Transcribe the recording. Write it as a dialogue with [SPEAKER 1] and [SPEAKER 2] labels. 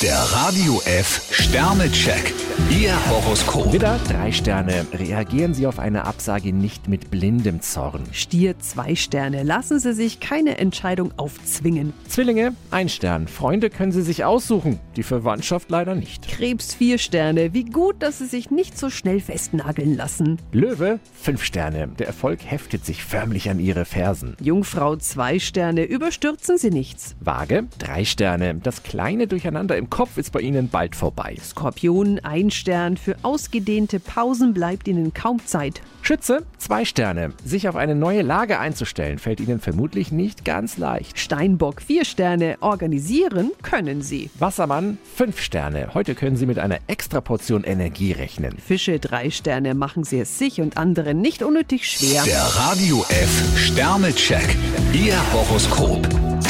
[SPEAKER 1] Der Radio F Sternecheck. Ihr Horoskop.
[SPEAKER 2] Widder, drei Sterne. Reagieren Sie auf eine Absage nicht mit blindem Zorn.
[SPEAKER 3] Stier zwei Sterne. Lassen Sie sich keine Entscheidung aufzwingen.
[SPEAKER 2] Zwillinge, ein Stern. Freunde können Sie sich aussuchen, die Verwandtschaft leider nicht.
[SPEAKER 3] Krebs vier Sterne. Wie gut, dass Sie sich nicht so schnell festnageln lassen.
[SPEAKER 2] Löwe, fünf Sterne. Der Erfolg heftet sich förmlich an Ihre Fersen.
[SPEAKER 3] Jungfrau zwei Sterne. Überstürzen Sie nichts.
[SPEAKER 2] Waage, drei Sterne. Das kleine Durcheinander im Kopf ist bei Ihnen bald vorbei.
[SPEAKER 3] Skorpion ein Stern. Für ausgedehnte Pausen bleibt Ihnen kaum Zeit.
[SPEAKER 2] Schütze, zwei Sterne. Sich auf eine neue Lage einzustellen, fällt Ihnen vermutlich nicht ganz leicht.
[SPEAKER 3] Steinbock vier Sterne. Organisieren können Sie.
[SPEAKER 2] Wassermann, fünf Sterne. Heute können Sie mit einer extra Portion Energie rechnen.
[SPEAKER 3] Fische drei Sterne. Machen Sie es sich und anderen nicht unnötig schwer.
[SPEAKER 1] Der Radio F Sternecheck. Ihr Horoskop.